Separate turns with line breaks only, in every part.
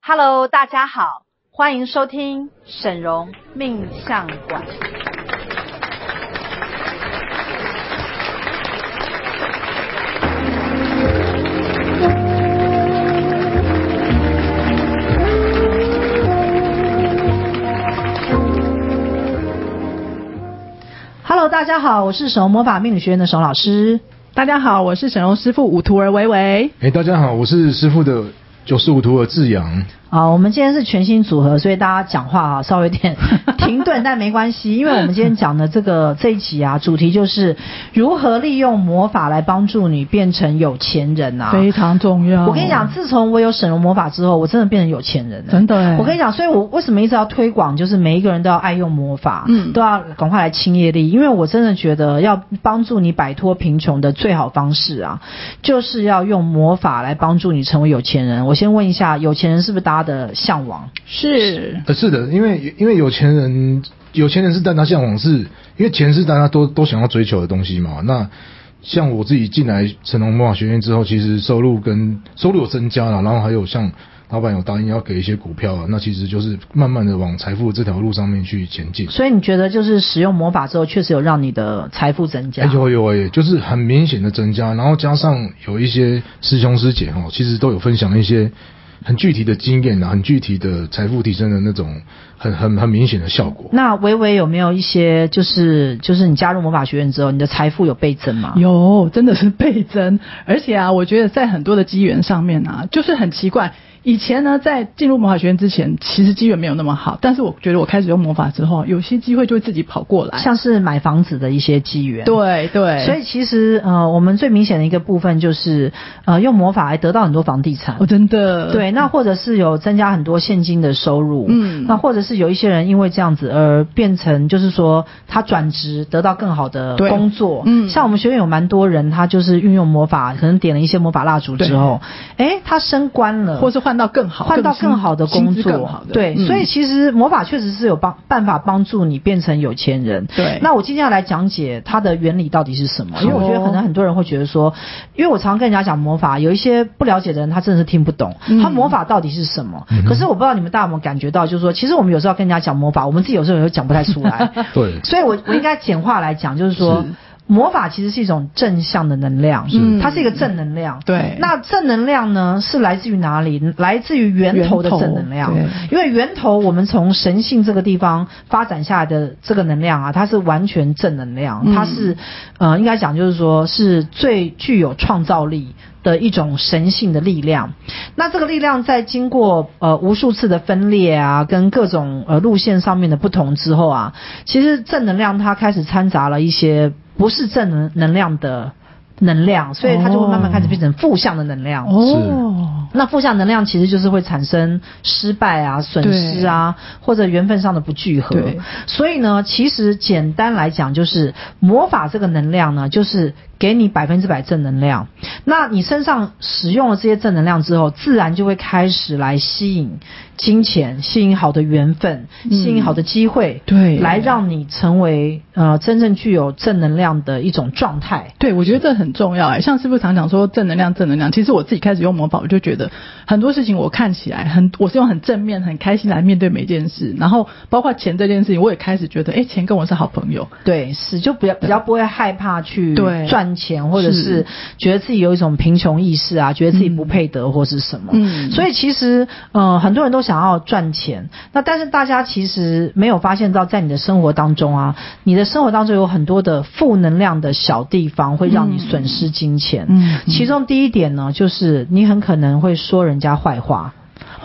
Hello，大家好，欢迎收听沈荣命相馆。Hello，大家好，我是沈荣魔法命理学院的沈荣老师。
大家好，我是沈荣师傅五徒儿维维。
哎、大家好，我是师傅的九十五徒儿志阳。
啊，我们今天是全新组合，所以大家讲话啊稍微有点停顿，但没关系，因为我们今天讲的这个这一集啊，主题就是如何利用魔法来帮助你变成有钱人啊。
非常重要。
我跟你讲，，自从我有沈容魔法之后，我真的变成有钱人了。
真的欸
我跟你讲，所以我为什么一直要推广，就是每一个人都要爱用魔法，
嗯
都要赶快来清业力，因为我真的觉得要帮助你摆脱贫穷的最好方式啊，就是要用魔法来帮助你成为有钱人。我先问一下，有钱人是不是大家的向往？
是
呃，是的，因为因为有钱人，有钱人是大家向往是，因为钱是大家都都想要追求的东西嘛。那像我自己进来成龙魔法学院之后，其实收入跟收入有增加了，然后还有像老板有答应要给一些股票啊，那其实就是慢慢的往财富这条路上面去前进。
所以你觉得就是使用魔法之后，确实有让你的财富增加？
哎、有有哎、就是很明显的增加，然后加上有一些师兄师姐哈，其实都有分享一些很具体的经验啊，很具体的财富提升的那种很很很明显的效果。
那维维有没有一些就是就是你加入魔法学院之后，你的财富有倍增吗？
有，真的是倍增。而且啊，我觉得在很多的机缘上面啊，就是很奇怪。以前呢，在进入魔法学院之前，其实机缘没有那么好，但是我觉得我开始用魔法之后，有些机会就会自己跑过来。
像是买房子的一些机缘。。
对对，
所以其实呃，我们最明显的一个部分就是呃，用魔法来得到很多房地产
我、。哦真的
对，那或者是有增加很多现金的收入，
嗯
那或者是有一些人因为这样子而变成，就是说他转职得到更好的
对
工作，
嗯
像我们学院有蛮多人，他就是运用魔法，可能点了一些魔法蜡烛之后，哎，他升官了，
或是换到更好
换到
更薪
更好的工
薪资
作，
更好的
对，
嗯
所以其实魔法确实是有帮办法帮助你变成有钱人。
对
那我今天要来讲解它的原理到底是什么，
好哦
因为我觉得可能很多人会觉得说，因为我常常跟人家讲魔法，有一些不了解的人他真的是听不懂，
嗯
他魔法到底是什么。可是我不知道你们大家有没有感觉到，就是说，其实我们有时候要跟人家讲魔法，我们自己有时候也会讲不太出 来。
对，
所以我我应该简化来讲，就是说。
是嗯
魔法其实是一种正向的能量，
是
它是一个正能量。
对
那正能量呢是来自于哪里？来自于源头的正能量
源头，
因为源头我们从神性这个地方发展下来的这个能量啊，它是完全正能量，
嗯
它是呃应该讲就是说是最具有创造力。的一种神性的力量，那这个力量在经过呃无数次的分裂啊，跟各种呃路线上面的不同之后啊，其实正能量它开始掺杂了一些不是正能能量的能量，所以它就会慢慢开始变成负向的能量。
哦，
那负向能量其实就是会产生失败啊、损失啊，或者缘分上的不聚合
对。
所以呢，其实简单来讲，就是魔法这个能量呢，就是给你百分之百正能量。那你身上使用了这些正能量之后，自然就会开始来吸引金钱、吸引好的缘分、
嗯
吸引好的机会，
对
来让你成为呃真正具有正能量的一种状态。
对，我觉得这很重要哎。像师傅常讲说正能量，正能量。其实我自己开始用魔法，我就觉得很多事情我看起来很，我是用很正面、很开心来面对每件事。然后包括钱这件事情，我也开始觉得，哎，钱跟我是好朋友。
对，是就比较比较不会害怕去
对
赚钱，或者
是
是觉得自己有一种贫穷意识啊，觉得自己不配得或是什么。
嗯
所以其实呃，很多人都想要赚钱，那但是大家其实没有发现到，在你的生活当中啊，你的生活当中有很多的负能量的小地方，会让你损失金钱。
嗯
其中第一点呢，就是你很可能会说人家坏话。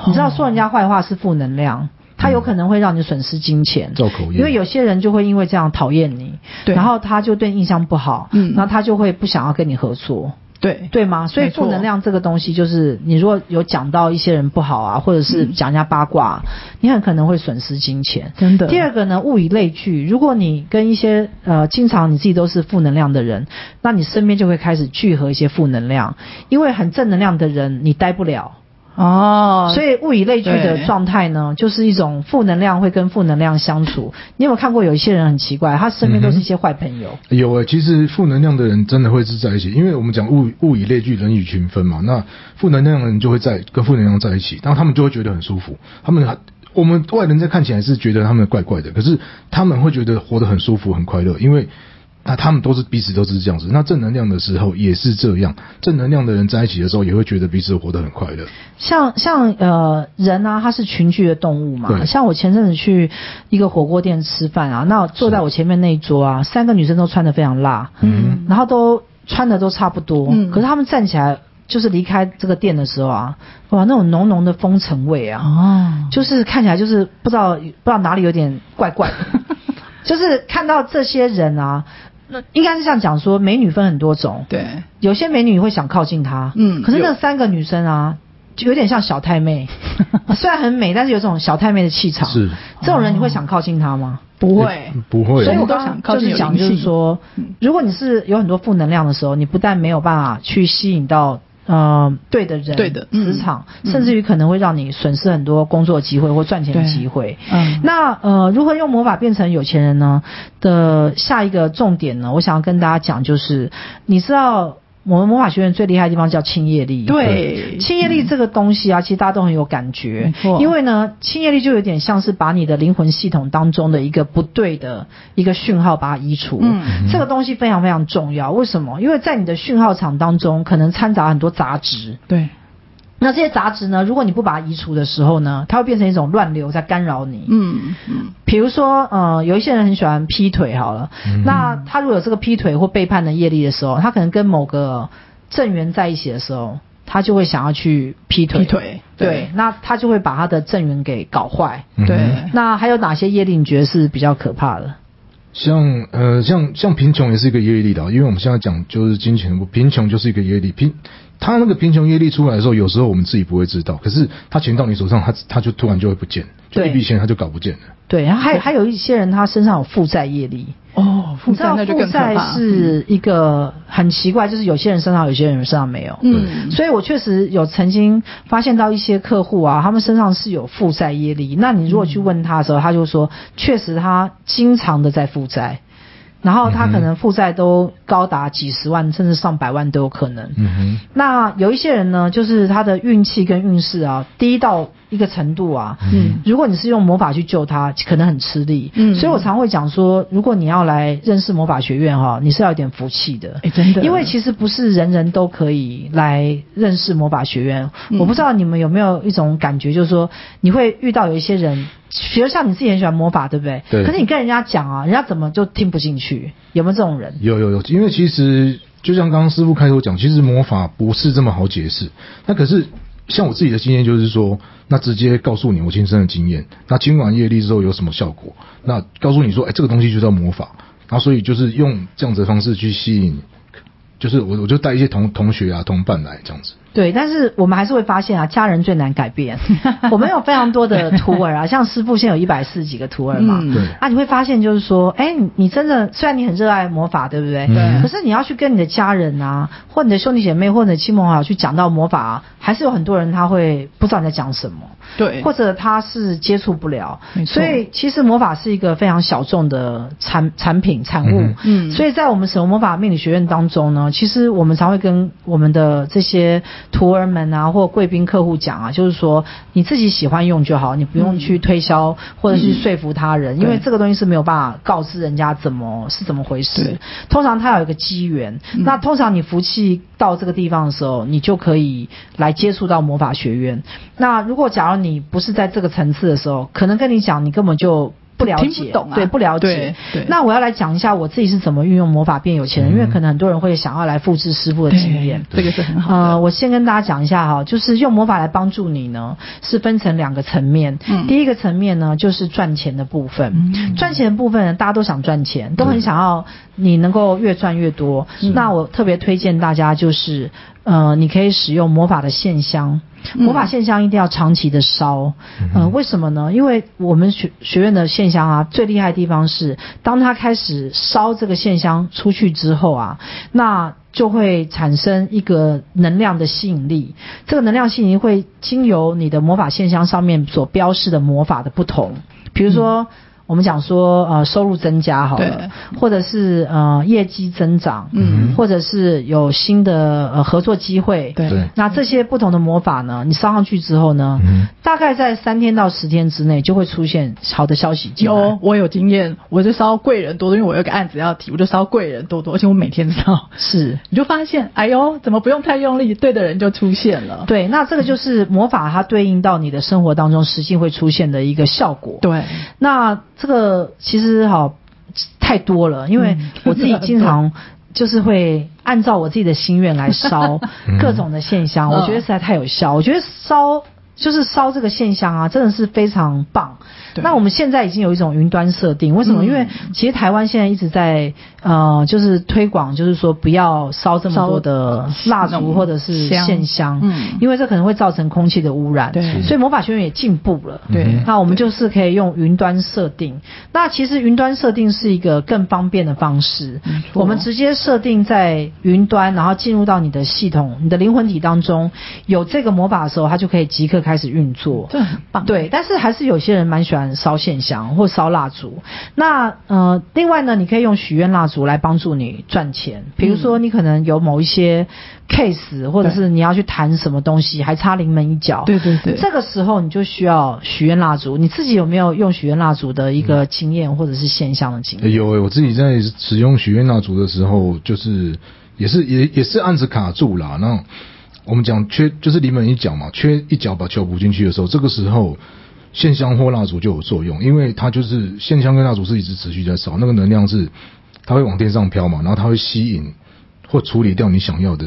你知道
哦
说人家坏话是负能量，它
嗯
有可能会让你损失金钱，
造口业
因为有些人就会因为这样讨厌你，
对
然后他就对你印象不好，
嗯
然后他就会不想要跟你合作。
对
对吗？所以
没错
负能量这个东西，就是你如果有讲到一些人不好啊，或者是
嗯
讲人家八卦啊、你很可能会损失金钱。
真的
第二个呢，物以类聚。如果你跟一些呃，经常你自己都是负能量的人，那你身边就会开始聚合一些负能量，因为很正能量的人你待不了。
哦，
所
以
以物以类聚的
对
状态呢，就是一种负能量会跟负能量相处。你有没有看过有一些人很奇怪，他身边都是一些坏朋友？
嗯
有诶、其实负能量的人真的会是在一起，因为我们讲物物以类聚，人以群分嘛。那负能量的人就会在跟负能量在一起，然后他们就会觉得很舒服。他们还我们外人在看起来是觉得他们怪怪的，可是他们会觉得活得很舒服、很快乐，因为那他们都是彼此都是这样子。那正能量的时候也是这样，正能量的人在一起的时候也会觉得彼此活得很快乐。
像像呃人啊，他是群居的动物嘛。
对
像我前阵子去一个火锅店吃饭啊，那坐在我前面那一桌啊，三个女生都穿的非常辣，
嗯，
然后都穿的都差不多，
嗯
可是她们站起来就是离开这个店的时候啊，哇，那种浓浓的风尘味啊，
哦，
就是看起来就是不知道不知道哪里有点怪怪 的，就是看到这些人啊，那应该是这样讲说，美女分很多种，
对，
有些美女会想靠近他，
嗯
可是那
有
三个女生啊，就有点像小太 妹，虽然很美，但是有种小太妹的气场，
是
这种人你会想靠近她吗？
不会，
不会，
所以我
都
刚
想
刚
靠
就
近
是
有
讲，
灵
就是
性嗯
说，如果你是有很多负能量的时候，你不但没有办法去吸引到呃对的人、
对的嗯
磁场，
嗯
甚至于可能会让你损失很多工作机会或赚钱的
对
机会。
嗯
那呃，如何用魔法变成有钱人呢？的下一个重点呢，我想要跟大家讲，就是你知道我们魔法学院最厉害的地方叫清业力，
对，
清业力这个东西啊，其实大家都很有感觉
没，错
因为呢，清业力就有点像是把你的灵魂系统当中的一个不对的一个讯号把它移除。
嗯
这个东西非常非常重要，为什么？因为在你的讯号场当中，可能掺杂很多杂质。
对，
那这些杂质呢，如果你不把它移除的时候呢，它会变成一种乱流在干扰你。
嗯嗯，
比如说，呃，有一些人很喜欢劈腿，好了，那他如果有这个劈腿或背叛的业力的时候，他可能跟某个正缘在一起的时候，他就会想要去劈腿。
劈腿
对，
对
那他就会把他的正缘给搞坏。
嗯哼
对，
那还有哪些业力你觉得是比较可怕的？
像呃，像像贫穷也是一个业力的，因为我们现在讲就是金钱，贫穷就是一个业力。贫，他那个贫穷业力出来的时候，有时候我们自己不会知道，可是他钱到你手上，他他就突然就会不见，就
对
一笔钱他就搞不见了。
对，然后还还有一些人他身上有负债业力，
哦，负
你知
债
道
那就
负
更可
债
怕，
是一个很奇怪，就是有些人身上有，有些人身上没有。
嗯，
所以我确实有曾经发现到一些客户啊，他们身上是有负债业力。那你如果去问他的时候，他就说，确实他经常的在负债，然后他可能负债都高达几十万甚至上百万都有可能。
嗯
那有一些人呢，就是他的运气跟运势啊低到一个程度啊，
嗯
如果你是用魔法去救他，可能很吃力。
嗯
所以我常会讲说，如果你要来认识魔法学院哈、你是要有点福气的。
哎，真的，
因为其实不是人人都可以来认识魔法学院。
嗯
我不知道你们有没有一种感觉，就是说你会遇到有一些人，比如像你自己很喜欢魔法，对不对？
对
可是你跟人家讲啊，人家怎么就听不进去？有没有这种人
哼，？有有有，因为其实就像刚刚师傅开头讲，其实魔法不是这么好解释。那可是像我自己的经验就是说，那直接告诉你我亲身的经验，那清完业力之后有什么效果？那告诉你说，哎，这个东西就叫魔法。然后所以就是用这样子的方式去吸引就是我我就带一些同同学啊同伴来这样子，
对，但是我们还是会发现啊，家人最难改变。我们有非常多的徒儿啊，像师傅现在有一百四十几个徒儿嘛。
嗯
对
啊，你会发现就是说，哎，你你真的虽然你很热爱魔法，对不对？
对
可是你要去跟你的家人啊，或你的兄弟姐妹，或你的亲朋好友去讲到魔法、啊，还是有很多人他会不知道你在讲什么，
对，
或者他是接触不了。
没错
所以其实魔法是一个非常小众的产产品产物。
嗯
嗯
所以在我们神魔法命理学院当中呢，其实我们常会跟我们的这些徒儿们啊，或贵宾客户讲啊，就是说你自己喜欢用就好，你不用去推销或者去说服他人，因为
嗯对
这个东西是没有办法告知人家怎么是怎么回事
对。嗯
通常它有一个机缘，那通常你福气到这个地方的时候，你就可以来接触到魔法学院。那如果假如你不是在这个层次的时候，可能跟你讲，你根本就。不了解，
听不懂啊
对，不了解
对。对嗯
那我要来讲一下我自己是怎么运用魔法变有钱人，因为可能很多人会想要来复制师傅的
对
经验。
这个是很好的，
呃，我先跟大家讲一下哈，就是用魔法来帮助你呢，是分成两个层面。
嗯
第一个层面呢，就是赚钱的部分。
嗯
赚钱的部分呢，大家都想赚钱，都很想要你能够越赚越多。那我特别推荐大家就是，呃，你可以使用魔法的线香。魔法线香一定要长期的烧，呃，为什么呢？因为我们学学院的线香啊，最厉害的地方是，当它开始烧这个线香出去之后啊，那就会产生一个能量的吸引力。这个能量吸引力会经由你的魔法现象上面所标示的魔法的不同，比如说。我们讲说，呃，收入增加好了，或者是呃业绩增长，
嗯
或者是有新的呃合作机会，
对
对
那这些不同的魔法呢，你上上去之后呢，
嗯
大概在三天到十天之内就会出现好的消息进来。
有，哦我有经验，我就烧贵人多多，因为我有个案子要提，我就烧贵人多多，而且我每天烧，
是。
你就发现，哎呦，怎么不用太用力，对的人就出现了。
对，那这个就是魔法，它对应到你的生活当中实际会出现的一个效果。
对，
那这个其实好太多了，因
嗯
为我自己经 常就是会按照我自己的心愿来烧
嗯
各种的现象，我觉得实在太有效。我觉得烧就是烧这个现象啊，真的是非常棒。
对
那我们现在已经有一种云端设定，为什么？
嗯
因为其实台湾现在一直在呃，就是推广，就是说不要烧这么
烧
多的蜡
那
烛
种
或者是
香
线香，
嗯
因为这可能会造成空气的污染。
对
所以魔法学院也进步了。
对
嗯哼
那我们就是可以用云端设定。那其实云端设定是一个更方便的方式
没，错
我们直接设定在云端，然后进入到你的系统、你的灵魂体当中，有这个魔法的时候，它就可以即刻开始运作。
这很棒。
对，但是还是有些人蛮喜欢烧线香或烧蜡烛。那呃，另外呢，你可以用许愿蜡烛来帮助你赚钱。比如说，你可能有某一些 case，或者是你要去谈什么东西，还差临门一脚。
对对对
这个时候你就需要许愿蜡烛。你自己有没有用许愿蜡烛的一个经验，或者是现象的经验？
有、欸，我自己在使用许愿蜡烛的时候，就是也是也也是案子卡住啦。那我们讲缺就是临门一脚嘛，缺一脚把球补进去的时候，这个时候线香或蜡烛就有作用，因为它就是线香跟蜡烛是一直持续在烧，那个能量是它会往天上飘嘛，然后它会吸引或处理掉你想要的，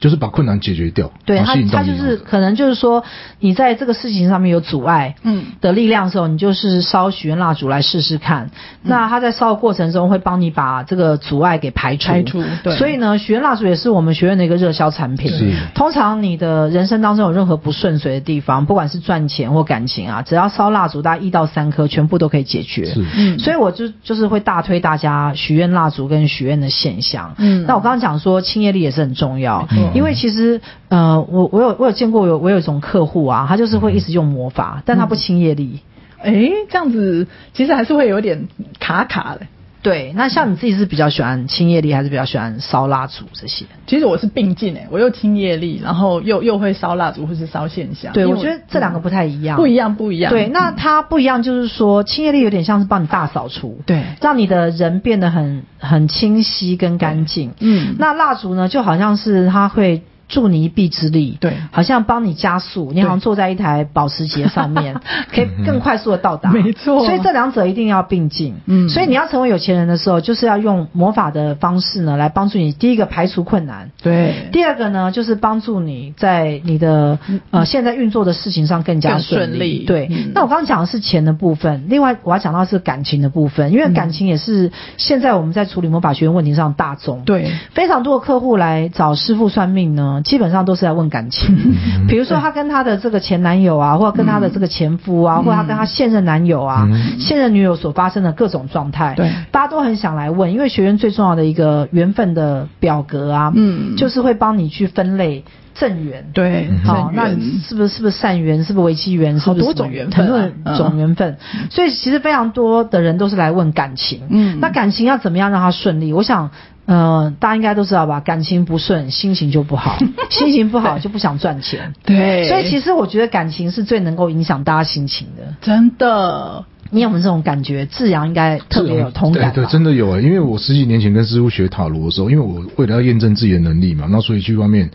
就是把困难解决掉，
对
然后
他
吸引，到
他
你
就
要
是
的。
可能就是说，你在这个事情上面有阻碍，
嗯，
的力量的时候，你就是烧许愿蜡烛来试试看。
嗯
那它在烧的过程中会帮你把这个阻碍给排除。
排除对
所以呢，许愿蜡烛也是我们学院的一个热销产品
是。
通常你的人生当中有任何不顺遂的地方，不管是赚钱或感情啊，只要烧蜡烛，大概一到三颗全部都可以解决。
是
嗯
所以我就就是会大推大家许愿蜡烛跟许愿的现象。
嗯
那我刚刚讲说清业力也是很重要
没错，
因为其实呃，我我有我有见过有我有一种客户啊，他就是会一直用魔
嗯
法，但他不清业力。
哎，这样子其实还是会有点卡卡的。
对，那像你自己是比较喜欢清业力，还是比较喜欢烧蜡烛这些？
其实我是并进诶、我又清业力，然后又又会烧蜡烛或是烧线香。
对，
因为
我觉得这两个不太一样。
不一样，不一样。
对，那它不一样，就是说清业力有点像是帮你大扫除，
对
让你的人变得很很清晰跟干净。
嗯
那蜡烛呢，就好像是它会。助你一臂之力，
对
好像帮你加速，你好像坐在一台保时捷上 面，可以更快速的到达，
没错
所以这两者一定要并进，
嗯
所以你要成为有钱人的时候，就是要用魔法的方式呢，来帮助你第一个排除困难，
对
第二个呢，就是帮助你在你的呃现在运作的事情上更加
嗯更
顺
顺利
对，
嗯
那我刚刚讲的是钱的部分，另外我要讲到是感情的部分，因
嗯
为感情也是现在我们在处理魔法学院问题上的大宗。。
对
非常多的客户来找师傅算命呢，基本上都是在问感情， 比如说她跟她的这个前男友啊，或者跟她的这个前夫啊，或者她跟她现任男友啊、
嗯
现任女友所发生的各种状态，
对
大家都很想来问，因为学员最重要的一个缘分的表格啊，
嗯
就是会帮你去分类正缘，
对，
好
正，
那
缘
你是不是是不是善缘？是不是危机缘？是不是
好多
什么
种缘分啊
很多种缘分。所以其实非常多的人都是来问感情，
嗯
那感情要怎么样让它顺利？我想。呃，大家应该都知道吧？感情不顺，心情就不好，心情不好就不想赚钱。
对，
所以其实我觉得感情是最能够影响大家心情的。
真的
你有没有这种感觉？志阳应该特别有同感吧
对对，真的有啊、因为我十几年前跟师傅学塔罗的时候，因为我为了要验证自己的能力嘛，那所以去外面，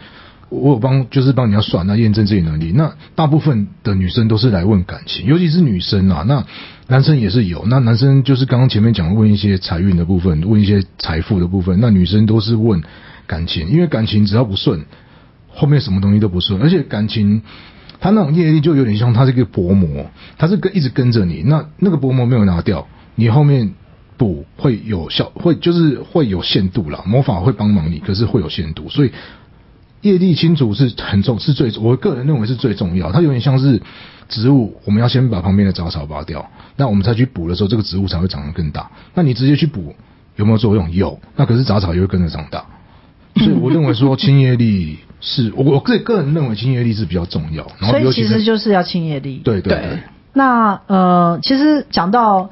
我有帮就是帮人家算，那验证自己的能力。那大部分的女生都是来问感情，尤其是女生啊，那男生也是有。那男生就是刚刚前面讲的问一些财运的部分，问一些财富的部分，那女生都是问感情，因为感情只要不顺，后面什么东西都不顺，而且感情。他那种业力就有点像，他是一个薄膜，他是跟一直跟着你。那那个薄膜没有拿掉，你后面补会有效，会就是会有限度啦。魔法会帮忙你，可是会有限度，所以业力清除是很重，是最我个人认为是最重要。它有点像是植物，我们要先把旁边的杂草拔掉，那我们再去补的时候， 这个植物才会长得更大。那你直接去补有没有作用？有，那可是杂草也会跟着长大。所以我认为说亲业力是我我个个人认为亲业力是比较重要，然后
所以
尤
其
其
实
是
就是要亲业力。
对对
对
对，
那呃，其实讲到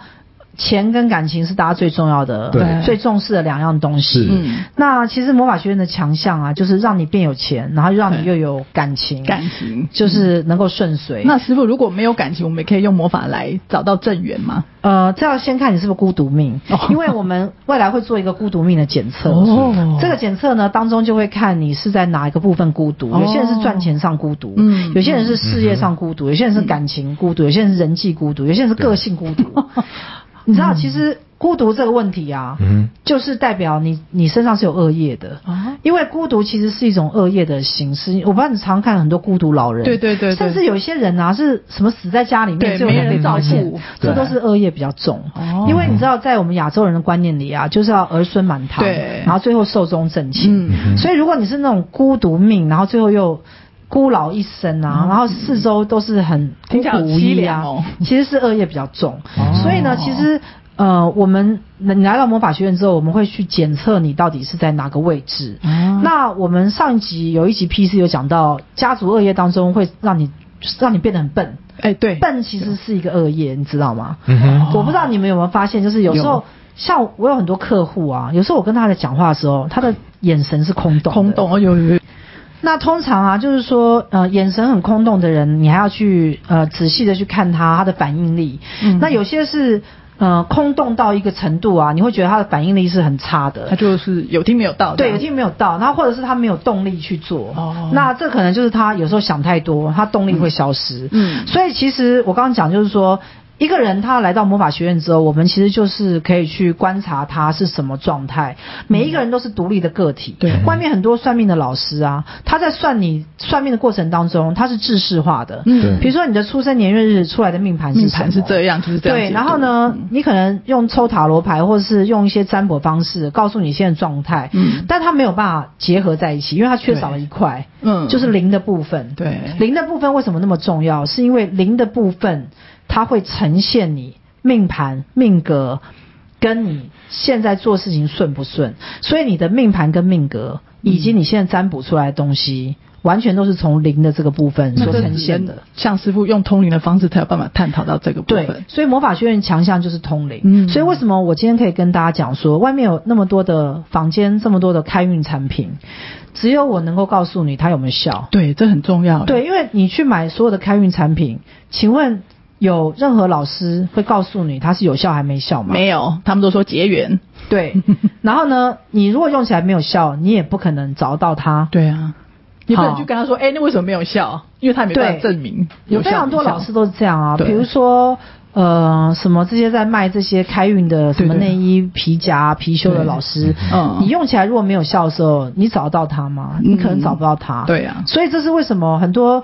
钱跟感情是大家最重要的、
对
最重视的两样东
是
嗯
西。那其实魔法学院的强项啊，就是让你变有钱，然后又让你又有感情，
感情嗯
就是能够顺遂。
那师傅如果没有感情，我们也可以用魔法来找到正缘吗？
呃，这要先看你是不是孤独命
哦，
因为我们未来会做一个孤独命的检测。
哦
这个检测呢，当中就会看你是在哪一个部分孤独。
哦
有些人是赚钱上孤独，
嗯
有些人是事业上孤独，有些人是感情孤独，有些人是人际孤独，有些人是个性孤独。
嗯
你知道，其实孤独这个问题啊，
嗯
就是代表你你身上是有恶业的。
哦
因为孤独其实是一种恶业的形式，我不知道你常看很多孤独老人，
对对对对
甚至有一些人啊是什么死在家里
对
面，只有
没
被
人
发
照
现
顾，
这都
对
是恶业比较重
哦。
因为你知道，在我们亚洲人的观念里啊，就是要儿孙满堂，
对
然后最后寿终正寝。
嗯
嗯
所以如果你是那种孤独命，然后最后又孤老一生啊，然后四周都是很孤
嗯听起来好
苦无依啊，
凄凉哦
其实是恶业比较重。
哦
所以呢，其实。呃，我们你来到魔法学院之后，我们会去检测你到底是在哪个位置。
哦
那我们上一集有一集 P 是有讲到家族恶业当中会让你让你变得很笨，
哎、对，
笨其实是一个恶业，你知道吗？
嗯哼，
我不知道你们有没有发现，就是有时候
有
像我有很多客户啊，有时候我跟他在讲话的时候，他的眼神是空洞，
空。洞，哦有有有，
那通常啊，就是说，呃，眼神很空洞的人，你还要去呃仔细的去看他他的反应力。
嗯
那有些是呃空洞到一个程度啊，你会觉得他的反应力是很差的。
他就是有听没有到，
对，有听没有到，然后或者是他没有动力去做，
哦
那这可能就是他有时候想太多，他动力会消失。
嗯嗯
所以其实我刚刚讲就是说。一个人他来到魔法学院之后，我们其实就是可以去观察他是什么状态。每一个人都是独立的个体，
嗯对
外面很多算命的老师啊，他在算你算命的过程当中，他是制式化
嗯
的。
对
比如说你的出生年月日出来的命盘是
命
什么
盘是这样，就是这样嗯解
对，
读。
然后呢，你可能用抽塔罗牌，或者是用一些占卜方式告诉你现在状态，
嗯
但它没有办法结合在一起，因为它缺少了一块，
嗯
就是零的部分。
对
零的部分为什么那么重要？是因为零的部分它会呈现你命盘、命格跟你现在做事情顺不顺，所以你的命盘跟命格
嗯
以及你现在占卜出来的东西，完全都是从零的这个部分
那
所
这
呈现的
人。像师傅用通灵的方式才有办法探讨到这个部
对
分，。
所以魔法学院强项就是通灵。
嗯
所以为什么我今天可以跟大家讲说，外面有那么多的坊间这么多的开运产品，只有我能够告诉你它有没有效。
对，这很重要。
对，因为你去买所有的开运产品，请问有任何老师会告诉你它是有效还没效吗？
没有，他们都说结缘。
对。然后呢，你如果用起来没有效，你也不可能找到它。
对啊，你不能
好
去跟他说，哎、那为什么没有效？因为他也没办法
对
证明
有
效
非常多
没效
老师都是这样啊，
对
比如说。呃，什么这些在卖这些开运的什么
对对
内衣、皮夹、貔貅的
对
老师，
嗯
你用起来如果没有效的时候，你找得到它吗？
嗯
你可能找不到它。
对啊
所以这是为什么很多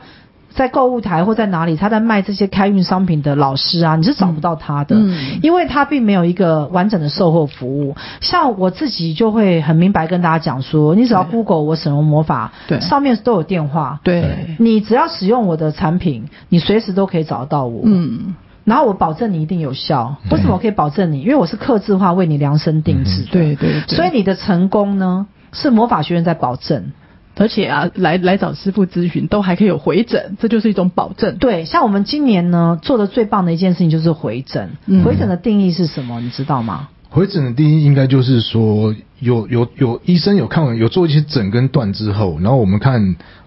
在购物台或在哪里他在卖这些开运商品的老师啊，你是找不到他的，
嗯
因为他并没有一个完整的售后服务。像我自己就会很明白跟大家讲说，你只要
对
Google 我沈荣魔法，
对
上面都有电话，
对，
你只要使用我的产品，你随时都可以找到我。
嗯，
然后我保证你一定有效。
对
为什么我可以保证你？因为我是客制化为你量身定制的。
嗯对对对。
所以你的成功呢，是魔法学院在保证。
而且啊，来来找师傅咨询都还可以有回诊，这就是一种保证。
对，像我们今年呢做的最棒的一件事情就是回诊。
嗯
回诊的定义是什么？你知道吗？
回诊的定义应该就是说，有有有医生有看完有做一些诊跟断之后，然后我们看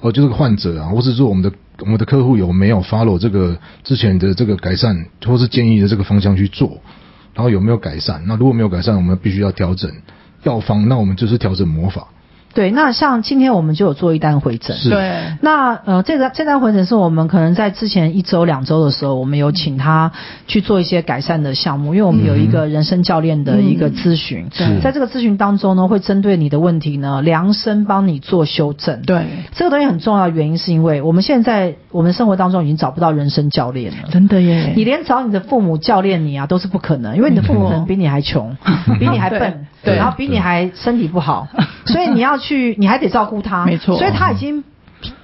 哦，就这个患者啊，或是说我们的我们的客户有没有 follow 这个之前的这个改善或是建议的这个方向去做，然后有没有改善？那如果没有改善，我们必须要调整药方，那我们就是调整魔法。
对，那像今天我们就有做一单回诊。
是
对，
那呃，这个这单回诊是我们可能在之前一周两周的时候，我们有请他去做一些改善的项目，因为我们有一
嗯
个人生教练的一个咨询，
是
在这个咨询当中呢，会针对你的问题呢，量身帮你做修正。，
对，
这个东西很重要，原因是因为我们现在我们生活当中已经找不到人生教练了。
真的耶。
你连找你的父母教练你啊都是不可能，因为你的父母可能比你还穷，比你还笨，
嗯对对嗯
然后比你还身体不好，所以你要去，你还得照顾他，
没错
所以他已经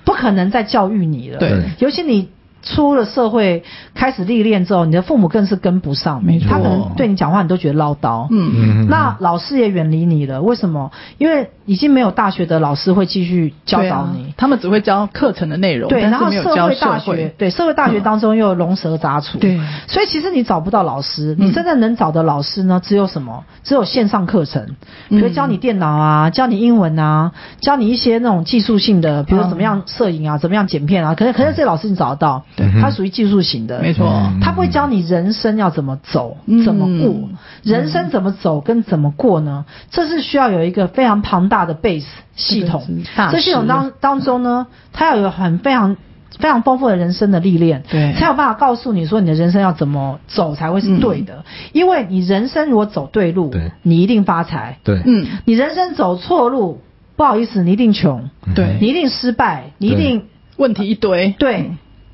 不可能再教育你了，
对
尤其你出了社会开始历练之后，你的父母更是跟不上，
没错
他可能对你讲话你都觉得唠叨，
嗯
嗯，
那老师也远离你了，为什么？因为已经没有大学的老师会继续教
对
导
啊
你。
他们只会教课程的内容，
对，
但
然
是
后
没有
社
教
会
社嗯
大学，对社会大学当中又有龙蛇杂处，
对
所以其实你找不到老师，
嗯
你真的能找的老师呢，只有什么？只有线上课程，比如
嗯
教你电脑啊，教你英文啊，教你一些那种技术性的，比如
嗯
怎么样摄影啊，怎么样剪片啊，可是可是这些老师你找得到，
对
他属于技术型的，
嗯没错
嗯
他不会教你人生要怎么走、
嗯
怎么过，人生怎么走跟怎么过呢？这是需要有一个非常庞大的 base 系统
这个是大，
这系统当当中呢，它要有很非常。非常丰富的人生的历练，
对
才有办法告诉你说你的人生要怎么走才会是对的。
嗯
因为你人生如果走对路，
对
你一定发财；
对，
嗯，
你人生走错路，不好意思，你一定穷，
对
嗯
你一定失败，你一定
问题一堆，
对，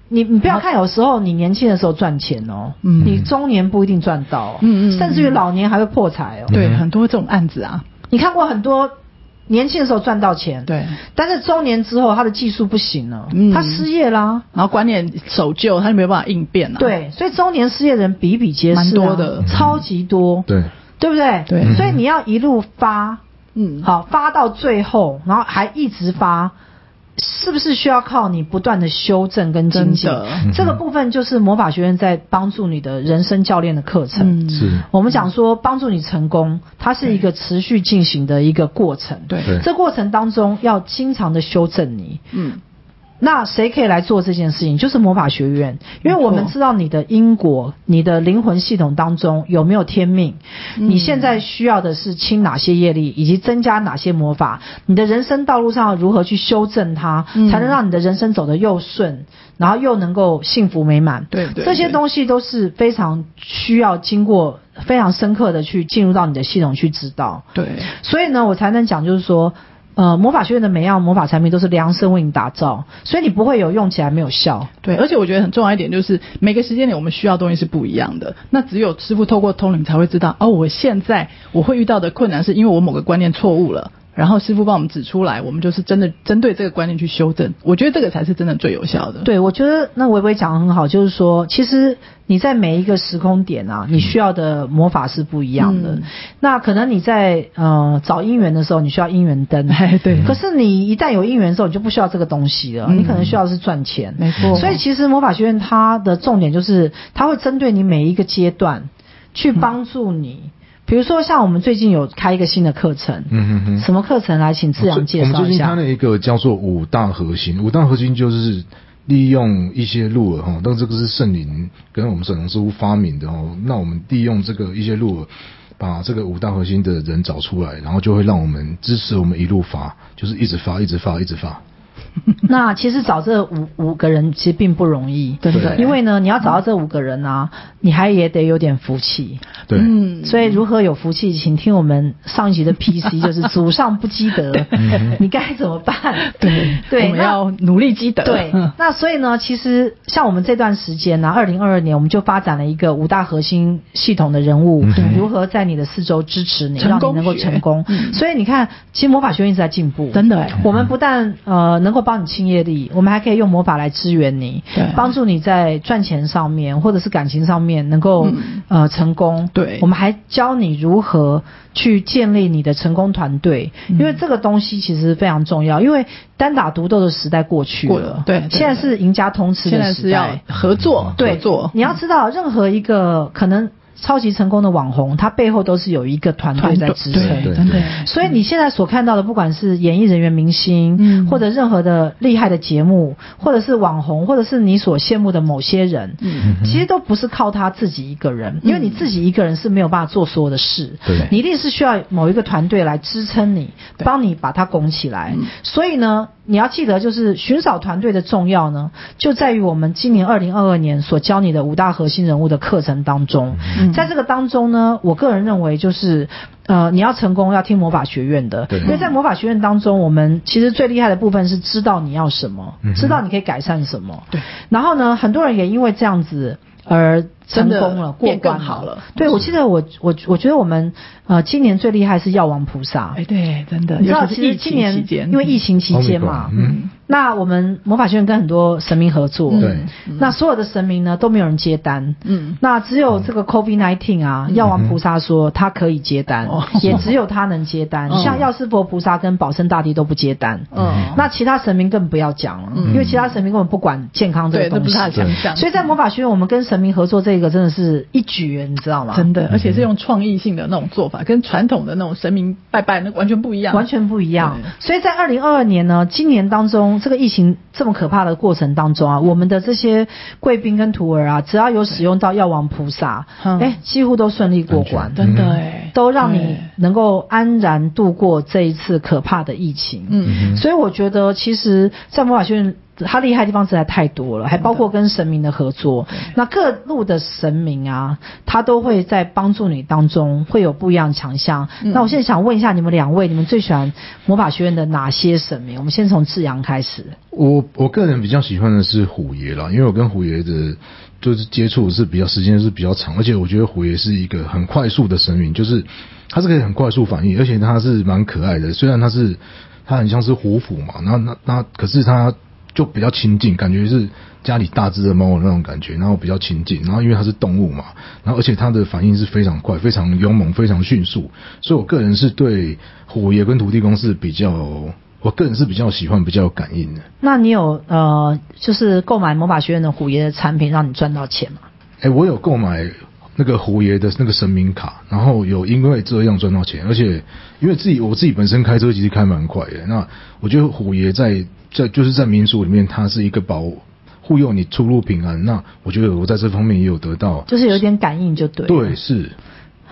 你你不要看，有时候你年轻的时候赚钱哦，
嗯
你中年不一定赚到、哦，
嗯嗯嗯
甚至于老年还会破财哦。
对
嗯
很多这种案子啊，
你看过很多年轻的时候赚到钱，，
对，
但是中年之后他的技术不行了，
嗯
他失业啦。
然后观念守旧，他就没有办法应变啊，，
对，所以中年失业人比比皆是、啊，
蛮多的嗯
超级多，
对，
对不对？
对
所以你要一路发，
嗯，
好发到最后，然后还一直发，是不是需要靠你不断的修正跟精进
真的？嗯
这个部分就是魔法学院在帮助你的人生教练的课程。
嗯，
是，
我们讲说帮助你成功，它是一个持续进行的一个过程。
对，
对
这过程当中要经常的修正你。
嗯，
那谁可以来做这件事情？就是魔法学院，因为我们
没错
知道你的因果、你的灵魂系统当中有没有天命，
嗯
你现在需要的是清哪些业力，以及增加哪些魔法，你的人生道路上如何去修正它，
嗯
才能让你的人生走得又顺，然后又能够幸福美满。
对对
这些
对
东西都是非常需要经过非常深刻的去进入到你的系统去知道。
对，
所以呢，我才能讲，就是说，呃，魔法学院的每样魔法产品都是量身为你打造，所以你不会有用起来没有效。
对，而且我觉得很重要一点就是，每个时间点我们需要的东西是不一样的。那只有师傅透过通灵才会知道，哦，我现在我会遇到的困难是因为我某个观念错误了。然后师傅帮我们指出来，我们就是真的针对这个观念去修正。我觉得这个才是真的最有效的。，
对，我觉得那微微讲的很好，就是说，其实你在每一个时空点啊，
嗯
你需要的魔法是不一样的。
嗯
那可能你在呃找姻缘的时候，你需要姻缘 灯。
哎，对，
可是你一旦有姻缘的时候，你就不需要这个东西了，
嗯
你可能需要的是赚钱。
没错。
所以其实魔法学院它的重点就是，它会针对你每一个阶段去帮助
嗯
你。比如说，像我们最近有开一个新的课程，
嗯嗯嗯。
什么课程来？请志
我
阳
们最
介
我们
绍
最
一
近
下
看。了一个叫做五大核心，五大核心就是利用一些鹿耳哈，但这个是圣灵跟我们沈龙师傅发明的哦。那我们利用这个一些鹿耳，把这个五大核心的人找出来，然后就会让我们支持我们一路发，就是一直发，一直发，一直发。
那其实找这五五个人其实并不容易，
真的，
对
因为呢，你要找到这五个人啊，你还也得有点福气。
对，
嗯，
所以如何有福气，请听我们上一集的 PC，就是祖上不积德， 你该怎么办？
对
对，
我们
那
要努力积德。
对
嗯，
那所以呢，其实像我们这段时间呢、2二零二二年我们就发展了一个五大核心系统的人物
对，
如何在你的四周支持你，
嗯成
让你
功
能够
学
成功。
嗯
所以你看，其实魔法学院一直在进步，
真的哎，
我们不但呃能够帮你清业力，我们还可以用魔法来支援你
对，
帮助你在赚钱上面或者是感情上面能够、
嗯
呃成功。
对
我们还教你如何去建立你的成功团队，
嗯
因为这个东西其实非常重要。因为单打独斗的时代过去
过
了
了，对对
现在是赢家通吃
现
的
在
时
是要
代。
合作，
对
合作，
你要知道，任何一个可能超级成功的网红，他背后都是有一个团队
团
在
队
支撑。
对，
对
真的
对
所以你现在所看到的，不管是演艺人员、明星，
嗯
或者任何的厉害的节目，或者是网红，或者是你所羡慕的某些人，
嗯
其实都不是靠他自己一个人，因为你自己一个人是没有办法做所有的事，
对
你一定是需要某一个团队来支撑你，
对
帮你把它拱起来
嗯。
所以呢，你要记得，就是寻找团队的重要呢，就在于我们今年二零二二年所教你的五大核心人物的课程当中，
嗯
在这个当中呢，我个人认为就是。呃，你要成功要听魔法学院的，
对
因为在魔法学院当中，我们其实最厉害的部分是知道你要什么，
嗯哼
知道你可以改善什么。
对，
然后呢，很多人也因为这样子而成功
真
了，
的
过
变
关
更好了
对，我记得我我我觉得我们呃今年最厉害是药王菩萨，
哎，对，真的，
你知道
尤其
其
是
实
疫
今
情期
年
间，
因为疫情期间嘛
Omicron，，嗯，
那我们魔法学院跟很多神明合作，
对
那所有的神明呢都没有人接单，
嗯
那只有这个 COVID nineteen 啊，药王菩萨说他可以接单，
哦
也只有他能接单，
嗯
像药师佛菩萨跟保生大帝都不接单，
嗯，
那其他神明更不要讲了，因为其他神明根本不管健康这
对，
个
这
东
不
西
是。他的强项，
所以在魔法学院，我们跟神明合作这个真的是一绝，你知道吗？
真的，而且是用创意性的那种做法，跟传统的那种神明拜拜那完全不一样，
完全不一样。所以在二零二二年呢，今年当中，这个疫情这么可怕的过程当中啊，我们的这些贵宾跟徒儿啊，只要有使用到药王菩萨，
嗯
哎，几乎都顺利过关
安全。
真的哎，
都让你
对
能够安然度过这一次可怕的疫情。
嗯
所以我觉得，其实，在魔法学院，它厉害的地方实在太多了，还包括跟神明的合作。那各路的神明啊，他都会在帮助你当中会有不一样的强项。那我现在想问一下你们两位，你们最喜欢魔法学院的哪些神明？我们先从志阳开始。
我我个人比较喜欢的是虎爷啦，因为我跟虎爷的就是接触是比较时间是比较长，而且我觉得虎爷是一个很快速的神明，就是他是可以很快速反应，而且他是蛮可爱的。虽然他是他很像是虎符嘛，那那那可是他就比较亲近，感觉是家里大只的猫的那种感觉，然后比较亲近，然后因为它是动物嘛，然后而且它的反应是非常快、非常勇猛、非常迅速，所以我个人是对虎爷跟土地公是比较，我个人是比较喜欢、比较有感应的。
那你有呃，就是购买魔法学院的虎爷的产品，让你赚到钱吗？
哎、我有购买那个虎爷的那个神明卡，然后有因为这样赚到钱，而且因为自己我自己本身开车其实开蛮快的，那我觉得虎爷在在就是在民俗里面，它是一个保护佑你出入平安。那我觉得我在这方面也有得到，
就是有一点感应就对了。
对，是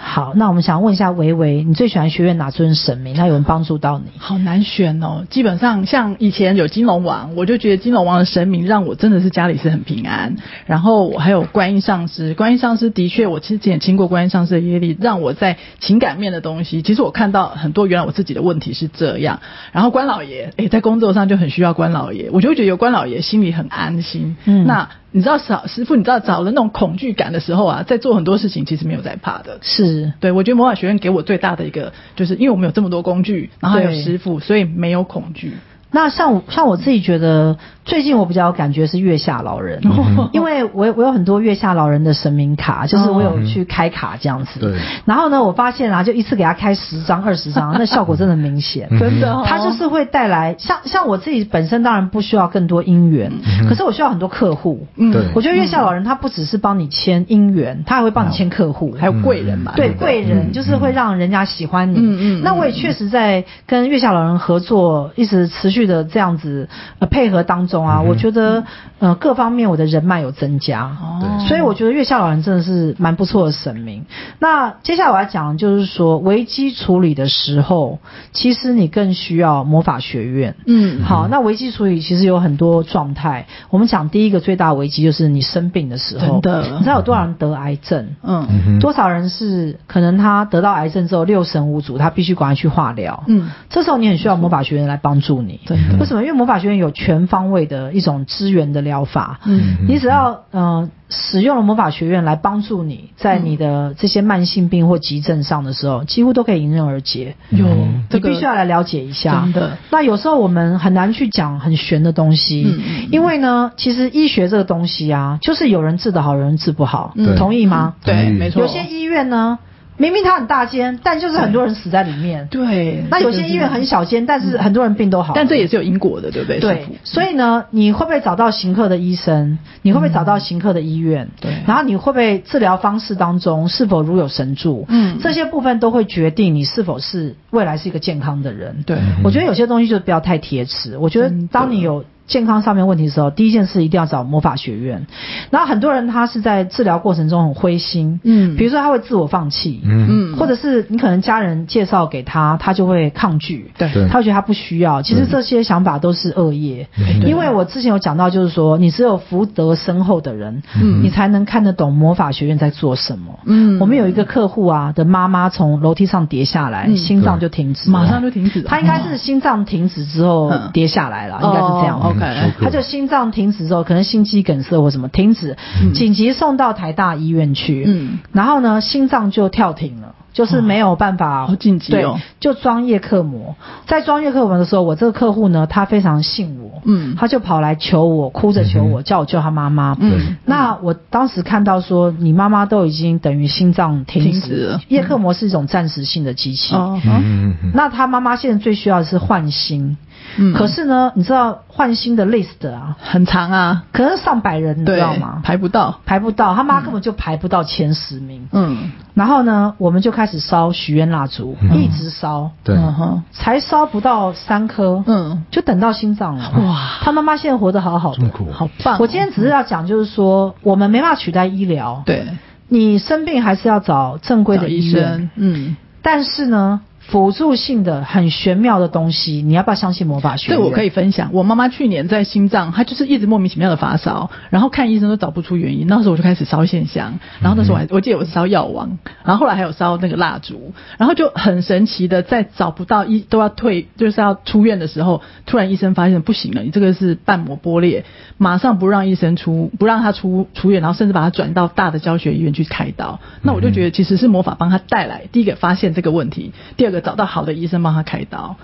好，那我们想问一下维维，你最喜欢学院哪尊神明？那有人帮助到你？
好难选哦，基本上像以前有金龙王，我就觉得金龙王的神明让我真的是家里是很平安。然后我还有观音上师，观音上师的确，我之前也经过观音上师的业力，让我在情感面的东西，其实我看到很多原来我自己的问题是这样。然后关老爷，诶，在工作上就很需要关老爷，我就会觉得有关老爷心里很安心。
嗯
那你知道少师傅，你知道找了那种恐惧感的时候啊，在做很多事情其实没有在怕的。
是，
对，我觉得魔法学院给我最大的一个，就是因为我们有这么多工具，然后还有
对
师傅，所以没有恐惧。
那像我像我自己觉得，最近我比较有感觉是月下老人，
哦
因为我有我有很多月下老人的神明卡，就是我
哦
有去开卡这样子。
对
然后呢，我发现啊，就一次给他开十张、二十张，那效果真的明显。
真的、哦，
它就是会带来像像我自己本身当然不需要更多姻缘，可是我需要很多客户。
嗯
对
我觉得月下老人他不只是帮你签姻缘，他还会帮你签客户，
还有贵人嘛，
嗯对
不嗯
贵人，就是会让人家喜欢你。
嗯嗯嗯
那我也确实在跟月下老人合作，一直持续的这样子、呃、配合当中
嗯
啊，我觉得呃各方面我的人脉有增加。
哦，
所以我觉得月下老人真的是蛮不错的神明。那接下来我要讲的就是说，危机处理的时候，其实你更需要魔法学院。
嗯，
好，那危机处理其实有很多状态。我们讲第一个最大的危机就是你生病的时候，
真的
你知道有多少人得癌症？
嗯
多少人是可能他得到癌症之后六神无主，他必须赶快去化疗。
嗯，
这时候你很需要魔法学院来帮助你。
真的
为什么？因为魔法学院有全方位的一种支援的疗法。
嗯，
你只要呃使用了魔法学院来帮助你在你的这些慢性病或急症上的时候，几乎都可以迎刃而解。
有这
你
个
必须要来了解一下。
真的，
那有时候我们很难去讲很玄的东西，
嗯嗯嗯
因为呢，其实医学这个东西啊，就是有人治得好，有人治不好，
嗯
同意吗？
对，
嗯
没错，
有些医院呢，明明它很大间，但就是很多人死在里面。
对，
那有
这
些
个
医
是
院很，小间，但是很多人病都好了。
但这也是有因果的，对不对？
对
师傅，
所以呢，你会不会找到行客的医生？你会不会找到行客的医院？
对
然后你会不会治疗方式当中是否如有神助？
嗯
这些部分都会决定你是否是未来是一个健康的人。
对，
我觉得有些东西就不要太铁齿。我觉得
嗯真的
当你有健康上面问题的时候，第一件事一定要找魔法学院。然后很多人他是在治疗过程中很灰心，
嗯
比如说他会自我放弃，
嗯
嗯，
或者是你可能家人介绍给他，他就会抗拒，
对
对
他会觉得他不需要。其实这些想法都是恶业，
嗯
因为我之前有讲到，就是说你只有福德深厚的人，
嗯
你才能看得懂魔法学院在做什么。
嗯
我们有一个客户啊的妈妈从楼梯上跌下来，
嗯
心脏就停止了，
马上就停止了，
他应该是心脏停止之后
嗯
跌下来了，应该是这样。
哦 OK，
嗯
他就心脏停止之后，可能心肌梗塞或什么停止，紧急送到台大医院去。
嗯
然后呢，心脏就跳停了。就是没有办法，
哦好紧急哦
对，就专业刻模。在专业刻模的时候，我这个客户呢，他非常信我，
嗯
他就跑来求我，哭着求我，叫我救他妈妈，
嗯
那我当时看到说，你妈妈都已经等于心脏停
停
止，
止了嗯
叶克膜是一种暂时性的机器。
哦，
嗯嗯嗯
那他妈妈现在最需要的是换心，
嗯
可是呢，你知道换心的 list 啊，
很长啊，
可能上百人，你知
对嗯
道吗，？
排不到，
排不到，他妈根本就排不到前十名。
嗯，
然后呢，我们就开始烧许愿蜡烛，
嗯
一直烧，
对，
嗯哼，
才烧不到三颗，
嗯，
就等到心脏了。
哇
他妈妈现在活得好好
这么
的。
苦，
好棒哦，
我今天只是要讲，就是说我们没办法取代医疗，
对
你生病还是要找正规
找
的
医
医院，
生，嗯，
但是呢，辅助性的很玄妙的东西，你要不要相信魔法学
对
院？
我可以分享。我妈妈去年在心脏，她就是一直莫名其妙的发烧，然后看医生都找不出原因。那时候我就开始烧线香，然后那时候
嗯
我还我记得我是烧药丸，然后后来还有烧那个蜡烛，然后就很神奇的，在找不到医都要退，就是要出院的时候，突然医生发现不行了，你这个是瓣膜剥裂，马上不让医生出，不让他出出院，然后甚至把他转到大的教学医院去开刀。那我就觉得其实是魔法帮他带来，第一个发现这个问题，第二个找到好的医生帮他开刀。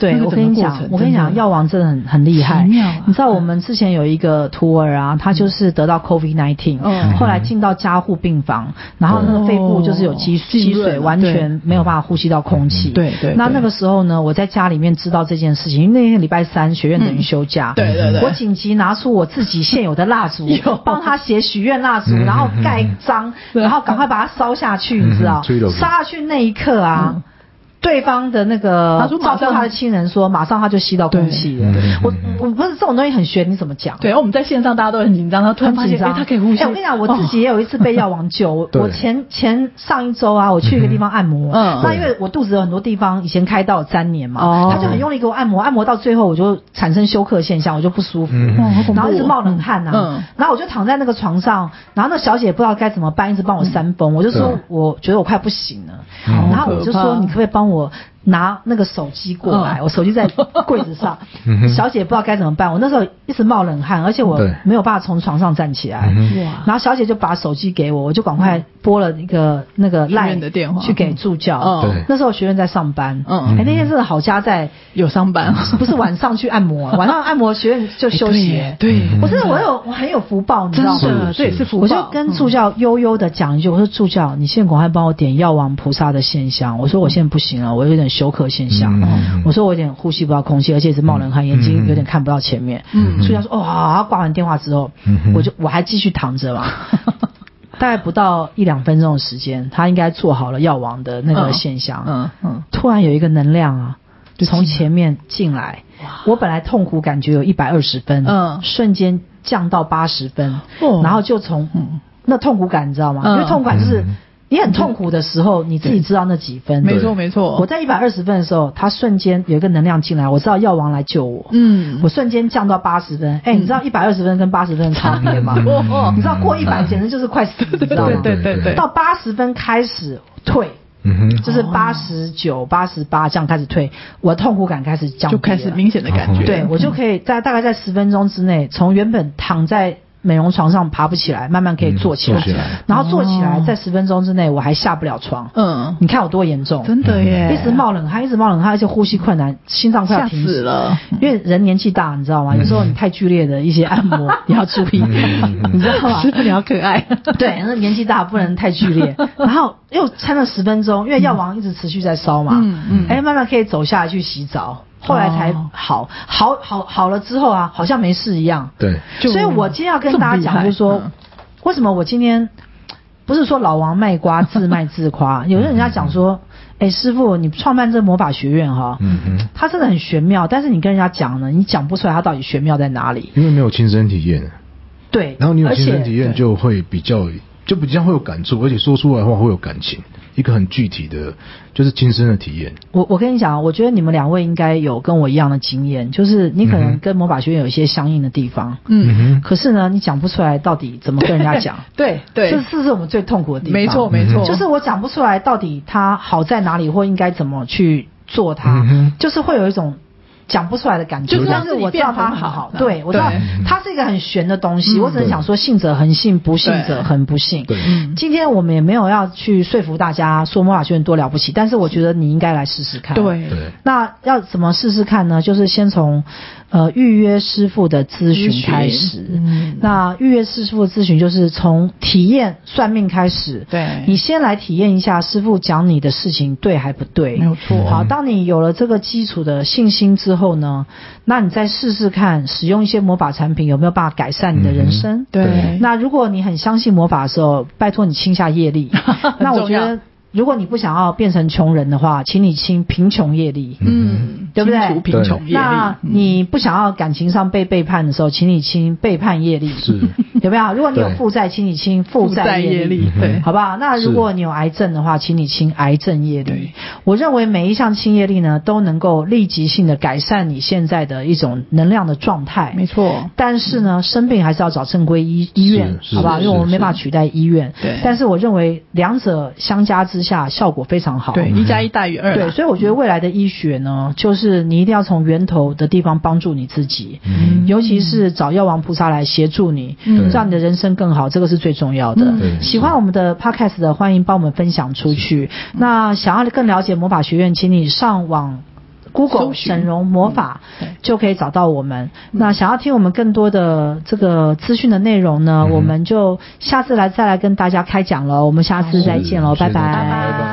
那
对，
个
我
整个
跟你
过
讲
程，
我跟你
真的
讲，药王真的很很厉害。
奇妙啊
你知道我们之前有一个徒儿啊，他就是得到 COVID 19，、
嗯
后来进到加护病房，然后那个肺部就是有积
哦浸
积
润嗯
水，完全没有办法呼吸到空气。
对对
那
对
那个时候呢，我在家里面知道这件事情，因为那天礼拜三学院等于休假。
嗯对对对
我紧急拿出我自己现有的蜡烛
有，
帮他写许愿蜡烛，
嗯
然后盖章，然后
对
赶快把它烧下去，
嗯
你知道
吹了？
烧下去那一刻啊。对方的那个，
他说嗯马上
照顾他的亲人说，马上他就吸到空气了
对嗯。
我
嗯嗯
我不是这种东西很悬，你怎么讲？
对，然后我们在线上大家都很紧张，然后突然
很
发
紧
现，哎
张，，
他可以呼吸。哦
哎我跟你讲，我自己 也有一次被药王 救。我
对
我前前上一周啊，我去一个地方按摩，
嗯
那因为我肚子有很多地方以前开刀有粘连嘛
哦，
他就很用力给我按摩，按摩到最后我就产生休克现象，我就不舒服，
嗯哇好
怖哦
恐
然后一直冒冷汗
嗯
呐
嗯，
然后我就躺在那个床上，然后那小姐也不知道该怎么办，一直
嗯
帮我扇风，我就说
对
我觉得我快不行了，
嗯
然后我就
好
说
可怕
你可不可以帮我拿那个手机过来？
嗯
我手机在柜子上
嗯哼，
小姐也不知道该怎么办，我那时候一直冒冷汗，而且我
对
没有办法从床上站起来。
嗯哼
哇，
然后小姐就把手机给我，我就赶快拨了一个那个
医
赖
嗯院的电话
去给助教。
嗯
对
那时候学院在上班，
嗯
哎，那天真的好家在，
有上班，
不 是晚上去按 摩，晚上按摩学院就休息。
哎对耶，对
我真的我有我很有福报，你知
真
道吗？
的，
是
这也是福报。嗯
我就跟助教悠悠的讲一句，我说助教，你现在赶快帮我点药王菩萨的线香。我说我现在不行了，我有点休克现象。
嗯
哦
我说我有点呼吸不到空气，而且一直冒冷汗，眼睛
嗯
有点看不到前面。
嗯
助教说哦好好，好挂完电话之后，
嗯哼
我就我还继续躺着 嘛。大概不到一两分钟的时间，他应该做好了药王的那个现象。
嗯嗯，
突然有一个能量啊，
就进
从
来
前面进来。我本来痛苦感觉有一百二十分，
嗯
瞬间降到八十分，
哦
然后就从、那痛苦感你知道吗？
嗯
因为痛苦感就是
嗯
你很痛苦的时候，你自己知道那几分。
没
对
错没错。
嗯我在一百二十分的时候，他瞬间有一个能量进来，我知道药王来救我，
嗯
我瞬间降到八十分。哎，你知道一百二十分跟八十分的差别 吗？
嗯
嗯
你知道过一百简直就是快死，你知道吗？
对对对哦
到八十分开始退。
嗯哼，
就是八十九、八十八这样开始退，我的痛苦感开始降低了，
就开始明显的感觉。
对我就可以在大概在十分钟之内，从原本躺在美容床上爬不起来，慢慢可以坐起来，
嗯坐起来
然后坐起来，
哦
在十分钟之内我还下不了床，
嗯，
你看我多严重，
真的耶，
一直 冒冷汗，一直冒冷汗，而且呼吸困难，心脏快要
吓
停
死
止。
了。
因为人年纪大，你知道吗？有时候你太剧烈的一些按 摩，你要注意，
嗯
你知道吗
师？傅你好可爱，
对，那年纪大不能太剧 烈。然后又撑了十分钟，因为药王一直持续在烧嘛，
嗯嗯
哎，慢慢可以走下来去洗澡，后来才
哦
好，好好好了之后啊，好像没事一样。
对，
就
所以我今天要跟大家讲，就是
这
说
么厉害嗯，
为什么我今天不是说老王卖瓜自卖自 夸？有的人家讲说，哎，师傅，你创办这魔法学院哈、
嗯哼，
它真的很玄妙，但是你跟人家讲呢，你讲不出来它到底玄妙在哪里。
因为没有亲身体验，
对，
然后你有
而
亲
且
身体验就会比较。就比较会有感触，而且说出来的话会有感情，一个很具体的，就是亲身的体验。
我我跟你讲，我觉得你们两位应该有跟我一样的经验，就是你可能跟魔法学院有一些相应的地方，
嗯，
嗯哼，
可是呢，你讲不出来到底怎么跟人家讲，
对对
这，这是我们最痛苦的地方。
没错没错，
就是我讲不出来到底它好在哪里，或应该怎么去做它
嗯哼，
就是会有一种讲不出来的感觉，
就是
但
让
是
自己
我知道
变
它
很
很
好
好，
这样
对我知道
对
它是一个很玄的东西，
嗯
我只能想说信者恒信，不信
对
者恒不信。嗯
对
今天我们也没有要去说服大家说魔法学院多了不起，但是我觉得你应该来试试看。
对
对，
那要怎么试试看呢？就是先从呃预约师傅的咨
咨
询
询
开始。
嗯
那预约师傅的咨询就是从体验算命开始。
对
你先来体验一下师傅讲你的事情对还不对？
没有错
好，当你有了这个基础的信心之后呢，那你再试试看使用一些魔法产品有没有办法改善你的人生。
嗯
对，
那如果你很相信魔法的时候，拜托你清下业 力。那我觉得，如果你不想要变成穷人的话，请你清贫穷业力。
嗯，
对不对
清除贫穷业力，
那你不想要感情上被背叛的时候，请你清背叛业力，
是，
有没有？如果你有
对
负债，请你清负
负
债
债
业力。
业
嗯
力，对，
好不好？那如果你有癌症的话，请你清癌症业力
对。
我认为每一项清业力呢，都能够立即性的改善你现在的一种能量的状态。
没错，
但是呢，生病还是要找正规医医院，
是是
好不好？因为我们
是
没办法取代医院。
对
但是我认为两者相加之下，效果非常好。
对，一加一大于二啦，啊
对，所以我觉得未来的医学
嗯
呢，就是你一定要从源头的地方帮助你自己，
嗯
尤其是找药王菩萨来协助你，
嗯
让你的人生更好，这个是最重要的。
嗯对
喜欢我们的 podcast 的，欢迎帮我们分享出去。那想要更了解魔法学院，请你上网。Google
搜寻
整容魔法、
嗯对
就可以找到我们。
嗯
那想要听我们更多的这个资讯的内容呢，
嗯
我们就下次来再来跟大家开讲喽。我们下次再见喽，
是谢谢大家
拜
拜拜